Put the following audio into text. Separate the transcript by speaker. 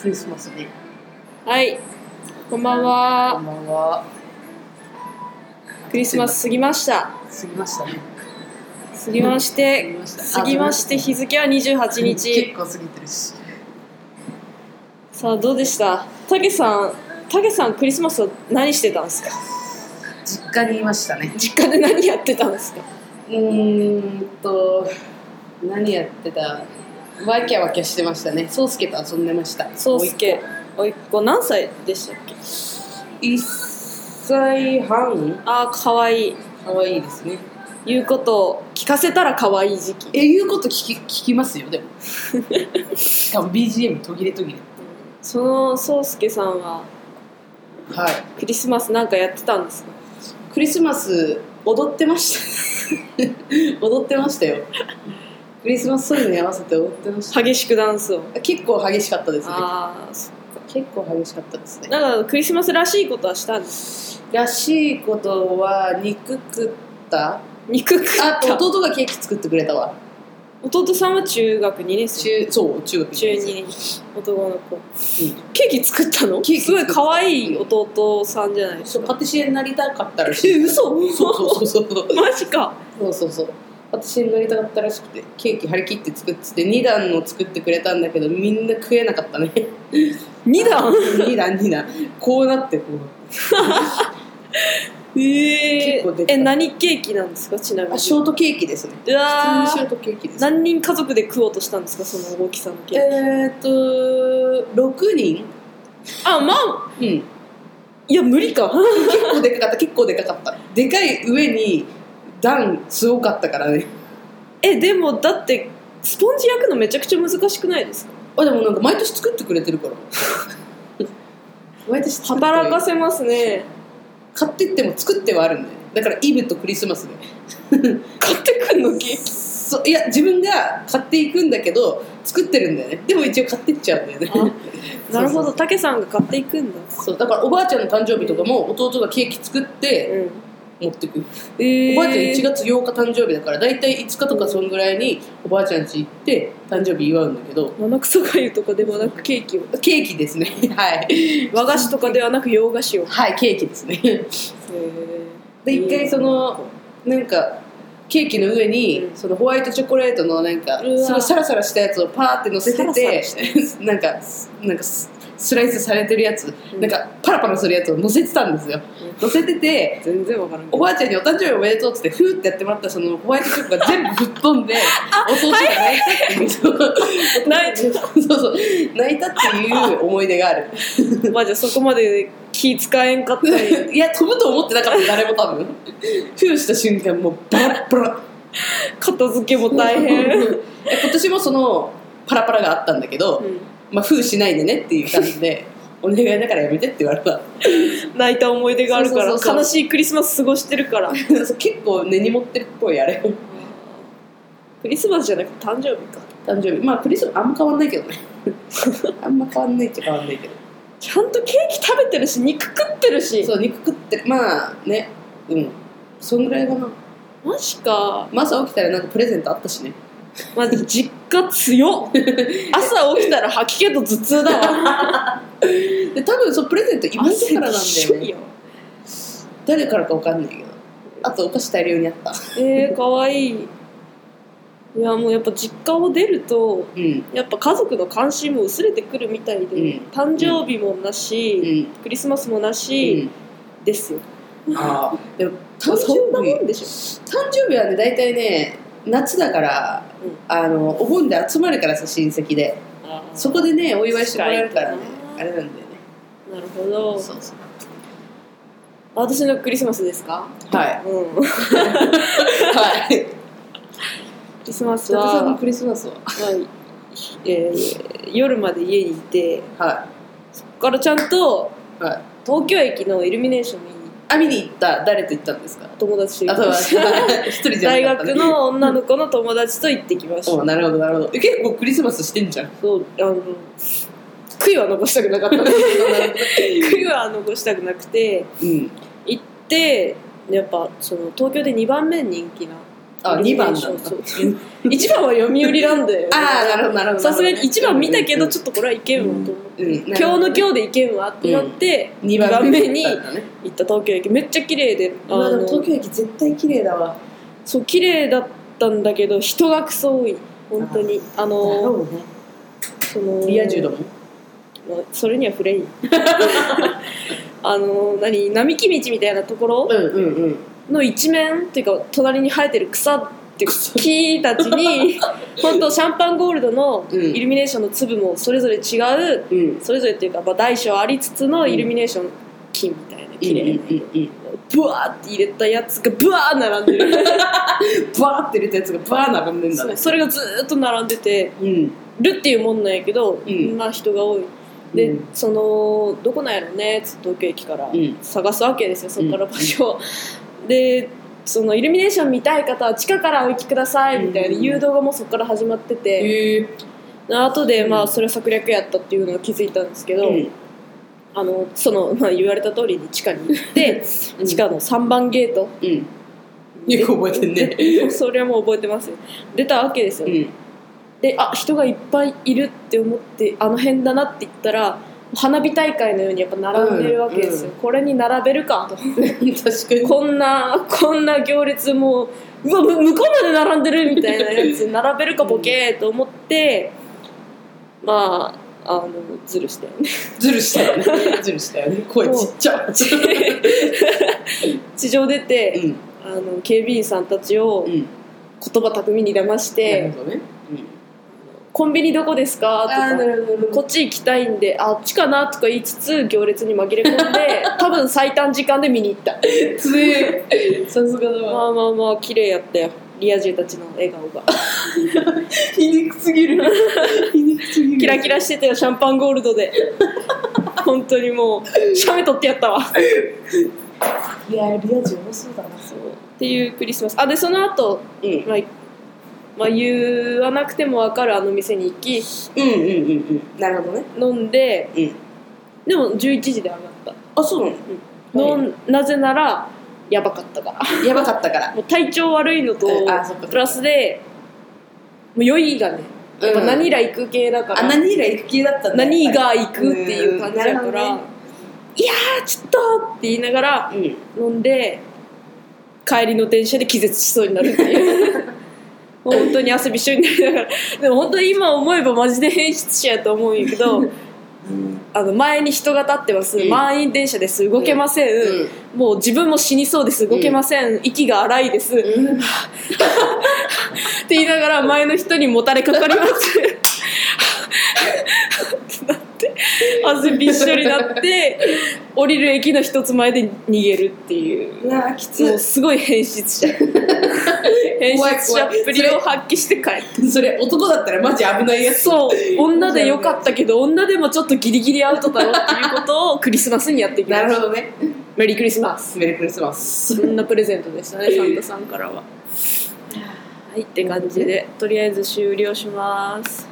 Speaker 1: クリスマスに。
Speaker 2: はい。こんばん
Speaker 1: こ
Speaker 2: は
Speaker 1: ん。ばんは。
Speaker 2: クリスマス過ぎました。
Speaker 1: 過ぎましたね。
Speaker 2: 過ぎまし
Speaker 1: 過ぎ
Speaker 2: て、
Speaker 1: ました。
Speaker 2: 過ぎまして日付は28
Speaker 1: 結
Speaker 2: 日。
Speaker 1: 構過ぎてるし。
Speaker 2: さあ、どうでしたたけさん、たけさんクリスマスは何してたんですか
Speaker 1: 実家にいましたね。
Speaker 2: 実家で何やってたんですか
Speaker 3: うーんと何やってたわきゃわきゃしてましたね宗介と遊んでました
Speaker 2: そうすけ、おいっ子、何歳でしたっけ
Speaker 3: 1歳半
Speaker 2: ああ、かわいい。
Speaker 3: かわいいですね
Speaker 2: 言うことを聞かせたらかわいい時期。
Speaker 3: え言うこと聞き聞きますよで もしかも BGM 途切れ途切
Speaker 2: そのそうすけさんは
Speaker 3: れはい
Speaker 2: クリスマスなんかやってたんですか
Speaker 3: クリスマス踊ってました踊ってました よクリスマスソングに合わせて踊ってました
Speaker 2: 激しくダンスを。
Speaker 3: 結構激しかったですね
Speaker 2: ああ、
Speaker 3: 結構激しかったですね
Speaker 2: なんかクリスマスらしいことはしたんです
Speaker 3: らしいことは肉食った
Speaker 2: 肉食った
Speaker 3: あと弟がケーキ作ってくれたわ
Speaker 2: 弟さんは中学2年生
Speaker 3: 中そう中学
Speaker 2: 中
Speaker 3: 二
Speaker 2: 2
Speaker 3: 年生
Speaker 2: 年男の
Speaker 3: う
Speaker 2: 子
Speaker 3: ん
Speaker 2: ケーキ作ったの
Speaker 3: ケーキ
Speaker 2: す
Speaker 3: 作
Speaker 2: ご
Speaker 3: っ
Speaker 2: い
Speaker 3: た
Speaker 2: 可愛い弟さんじゃないです
Speaker 3: そう
Speaker 2: か
Speaker 3: パティシエになりたかったらし
Speaker 2: え
Speaker 3: い
Speaker 2: 嘘
Speaker 3: そうそうそうそう
Speaker 2: マジか
Speaker 3: そうそうそうパティシエになりたかったらしくてケーキ張り切って作ってて2段の作ってくれたんだけどみんな食えなかったね
Speaker 2: 2段
Speaker 3: 2段2段こうなってこうなって
Speaker 2: え
Speaker 3: 結構でき
Speaker 2: ー、
Speaker 3: た
Speaker 2: え何ケーキなんですかちなみに
Speaker 3: あショートケーキですね
Speaker 2: うわ
Speaker 3: 普通にショー
Speaker 2: ー
Speaker 3: トケーキです
Speaker 2: 何人家族で食おうとしたんですかその大きさのケーキ、
Speaker 3: えーっと6人
Speaker 2: あまあ
Speaker 3: うん
Speaker 2: いや無理か
Speaker 3: 結構でかかった結構でかかったでかい上に段すごかったからね
Speaker 2: えでもだってスポンジ焼くのめちゃくちゃ難しくないですか
Speaker 3: あでもなんか毎年作ってくれてるから毎年作って
Speaker 2: 働かせますね
Speaker 3: 買ってっても作ってはあるんだよだからイブとクリスマスで
Speaker 2: 買ってくんのケーキ
Speaker 3: そういや自分が買っていくんだけど作ってるんだよねでも一応買ってっちゃうんだよね
Speaker 2: あなるほどたけさんが買っていくんだ
Speaker 3: そうだからおばあちゃんの誕生日とかも弟がケーキ作って
Speaker 2: うん
Speaker 3: 持ってくる、
Speaker 2: えー、
Speaker 3: おばあちゃん1月8日誕生日だから大体5日とかそんぐらいにおばあちゃん家行って誕生日祝うんだけど
Speaker 2: 七草がゆとかではなくケーキを
Speaker 3: ケーキですね はい
Speaker 2: 和菓子とかではなく洋菓子を
Speaker 3: はいケーキですねで一回そのなんかケーキの上に、
Speaker 2: うん
Speaker 3: そのホワイトチョコレートのなんか
Speaker 2: うわ
Speaker 3: そのサラサラしたやつをパーって乗せてて
Speaker 2: サラサ ラ
Speaker 3: なんかなんかススライスされてるやつ、
Speaker 2: うん
Speaker 3: なんかパラパラするやつを乗せてたんですよ乗せてて
Speaker 2: 全然わからん
Speaker 3: おばあちゃんに「お誕生日おめでとう」っつってフーってやってもらったらそのホワイトチョコが全部吹っ飛んで弟が泣いたっていうそう
Speaker 2: ない
Speaker 3: そうそう泣いたっていう思い出がある
Speaker 2: まあじゃあそこまで気使えんかっ たり
Speaker 3: いや飛ぶと思ってなかった誰も多分フーした瞬間もうバラッバラ
Speaker 2: 片付けも大
Speaker 3: え
Speaker 2: 変、
Speaker 3: 今年もそのパラパラがあったんだけど、まあ封しないでねっていう感じで お願いだからやめてって言われた
Speaker 2: 泣いた思い出があるから
Speaker 3: そうそうそうそう
Speaker 2: 悲しいクリスマス過ごしてるから
Speaker 3: そう結構根に持ってるっぽいあれ
Speaker 2: クリスマスじゃなくて誕生日か
Speaker 3: 誕生日まあクリスマスあんま変わんないけどね あんま変わんないっちゃ変わんないけど
Speaker 2: ちゃんとケーキ食べてるし肉食ってるし
Speaker 3: そう肉食ってまあねうんそんぐらいかな
Speaker 2: マジか
Speaker 3: まあ朝起きたらなんかプレゼントあったしね
Speaker 2: マジ実家 強っ朝起きたら吐き気と頭痛だわ
Speaker 3: で多分そうプレゼント妹からなんだよね
Speaker 2: よ
Speaker 3: 誰からか分かんないけどあとお菓子大量にあった
Speaker 2: えー、かわいいいやもうやっぱ実家を出ると
Speaker 3: うん
Speaker 2: やっぱ家族の関心も薄れてくるみたいで、
Speaker 3: うん
Speaker 2: 誕生日もな
Speaker 3: う
Speaker 2: し、
Speaker 3: ん
Speaker 2: クリスマスもな
Speaker 3: う
Speaker 2: し、
Speaker 3: ん
Speaker 2: ですよ
Speaker 3: ああでも誕
Speaker 2: そんな
Speaker 3: 生日
Speaker 2: もんでし
Speaker 3: 誕生日はね大体ね夏だから、
Speaker 2: うん
Speaker 3: あのお盆で集まるからさ親戚で
Speaker 2: ょあー
Speaker 3: そこでねお祝いしてもらえるからね
Speaker 2: 近い
Speaker 3: あれなんだよね
Speaker 2: なるほど
Speaker 3: そうそう
Speaker 2: 私のクリスマスですか
Speaker 3: はい
Speaker 2: うんク
Speaker 3: はい
Speaker 2: リスマス
Speaker 3: 伊達さんの
Speaker 2: は、
Speaker 3: クリスマスは
Speaker 2: まあえー夜まで家にいて
Speaker 3: は
Speaker 2: ここからちゃんと
Speaker 3: いはい
Speaker 2: 東京駅のイルミネーション見に
Speaker 3: あ見に行った誰と行ったんですか
Speaker 2: 友達と行
Speaker 3: あ
Speaker 2: っ
Speaker 3: と
Speaker 2: て
Speaker 3: は
Speaker 2: ました
Speaker 3: 一人じゃ
Speaker 2: 大
Speaker 3: なかった、ね、
Speaker 2: 学の女の子の友達と行ってきました
Speaker 3: おなるほどなるほどえ結構クリスマスしてんじゃん
Speaker 2: そうあの悔いは残したくなかっ たね悔いは残したくなくて
Speaker 3: うん
Speaker 2: 行ってやっぱその東京で2番目に人気な
Speaker 3: あ2番なんだ
Speaker 2: そうそう一番は読売ランドよ
Speaker 3: ああなるほどなるほど
Speaker 2: さすがに一番見たけどちょっとこれはいけんわと思って、
Speaker 3: うん
Speaker 2: 今日の今日でいけんわってなって、
Speaker 3: 2
Speaker 2: 2番
Speaker 3: 番
Speaker 2: 目
Speaker 3: 目
Speaker 2: に
Speaker 3: に
Speaker 2: 行った東京駅めっちゃ綺麗であ
Speaker 3: まあでも
Speaker 2: の
Speaker 3: 東京駅絶対綺麗だわ
Speaker 2: そう綺麗だったんだけど人がクソ多い本当にあの
Speaker 3: うね
Speaker 2: その
Speaker 3: リア充だもん
Speaker 2: まあそれには触れん あの何並木道みたいなところ
Speaker 3: うんうんうん
Speaker 2: の一面っていうか隣に生えてる草っていうか木たちに本当シャンパンゴールドの
Speaker 3: うん
Speaker 2: イルミネーションの粒もそれぞれ違う
Speaker 3: うん
Speaker 2: それぞれっていうか、まあ、大小ありつつのイルミネーション金みたいな綺麗な
Speaker 3: うんうんうん
Speaker 2: ブワーって入れたやつがブワー並 んでる
Speaker 3: バーって入れたやつがバー並んでんだ
Speaker 2: そ
Speaker 3: ね
Speaker 2: うそれがずーっと並んでて
Speaker 3: うん
Speaker 2: るっていうもんなんやけど、
Speaker 3: ん
Speaker 2: まあ人が多いで、
Speaker 3: うん
Speaker 2: そのどこなんやろねつって東京駅から
Speaker 3: うん
Speaker 2: 探すわけですよ、そこから場所を、でそのイルミネーション見たい方は地下からお行きくださいみたいな
Speaker 3: うん
Speaker 2: 誘導がもうそこから始まってて、
Speaker 3: へえ
Speaker 2: 後でまあそれは策略やったっていうのは気づいたんですけど、あのその、まあ、言われた通りに地下に行って、
Speaker 3: うん
Speaker 2: 地下の3番ゲー ト
Speaker 3: うんよく覚えてんね
Speaker 2: でそれはもう覚えてますよ出たわけですよ、
Speaker 3: うん
Speaker 2: であ人がいっぱいいるって思ってあの辺だなって言ったら花火大会のようにやっぱ並んでるわけですよ、
Speaker 3: う
Speaker 2: これに並べるか と
Speaker 3: 確かに
Speaker 2: こんなこんな行列もううわむ向こうまで並んでるみたいな やつ並べるかボケーと思って、まああのズルしたよね
Speaker 3: ズルしたよねズルしたよね声ちっちゃ
Speaker 2: 地上出
Speaker 3: う
Speaker 2: て、
Speaker 3: ん
Speaker 2: あの警備員さんたちを
Speaker 3: うん
Speaker 2: 言葉巧みに騙し
Speaker 3: なる
Speaker 2: て
Speaker 3: ほどねうん
Speaker 2: 「コンビニどこですか?」とか
Speaker 3: るほ
Speaker 2: こっち行きたいんであっちかなとか言いつつ行列に紛れ込ん で多分最短時間で見に行った
Speaker 3: つえさすがだわ
Speaker 2: まあまあまあ綺麗やったよリア充たちの笑顔 が
Speaker 3: 皮肉すぎる皮肉すぎる
Speaker 2: キラキラしてたよシャンパンゴールドで本当にもうシャメ取ってやったわっ
Speaker 3: いやリア充面白いだな
Speaker 2: ていうクリスマスあでその後、
Speaker 3: うん
Speaker 2: まあまあ言わなくても分かるあの店に行き
Speaker 3: うんうんうんうんなるほどね
Speaker 2: 飲んで
Speaker 3: うん
Speaker 2: でも11時で上がった、
Speaker 3: あそうな
Speaker 2: 飲
Speaker 3: の
Speaker 2: んなぜならやばかったから
Speaker 3: やばかったから
Speaker 2: もう体調悪いのと
Speaker 3: うんあそっかそっか
Speaker 2: プラスでもう酔いがねやっぱ何ら行く系だから、
Speaker 3: あ何が行く気だったんだ
Speaker 2: 何が行くっていう感じだか
Speaker 3: うん
Speaker 2: ら、
Speaker 3: なるほどね
Speaker 2: いやーちょっとって言いながら
Speaker 3: うん
Speaker 2: 飲んで帰りの電車で気絶しそうになるっていう もう本当に遊び一緒になりながらでも本当に今思えばマジで変質者やと思うんやけどあの前に人が立ってます、
Speaker 3: うん
Speaker 2: 満員電車です動けません、もう自分も死にそうです動けません、息が荒いです、
Speaker 3: うん
Speaker 2: って言いながら前の人にもたれかかります ってなって汗びっしょりになって降りる駅の一つ前で逃げるっていう
Speaker 3: うわーき
Speaker 2: もう
Speaker 3: つ
Speaker 2: すごい変質者変質者っぷりを発揮して帰っ
Speaker 3: それ男だったらマジ危ないや
Speaker 2: て
Speaker 3: つ
Speaker 2: そう女でよかったけど女でもちょっとギリギリアウトだろうっていうことをクリスマスにやってき
Speaker 3: な
Speaker 2: まし
Speaker 3: る
Speaker 2: た
Speaker 3: ほどね
Speaker 2: メリークリスマス
Speaker 3: メリークリスマス
Speaker 2: そんなプレゼントでした ねサンタさんからははいって感じでとりあえず終了します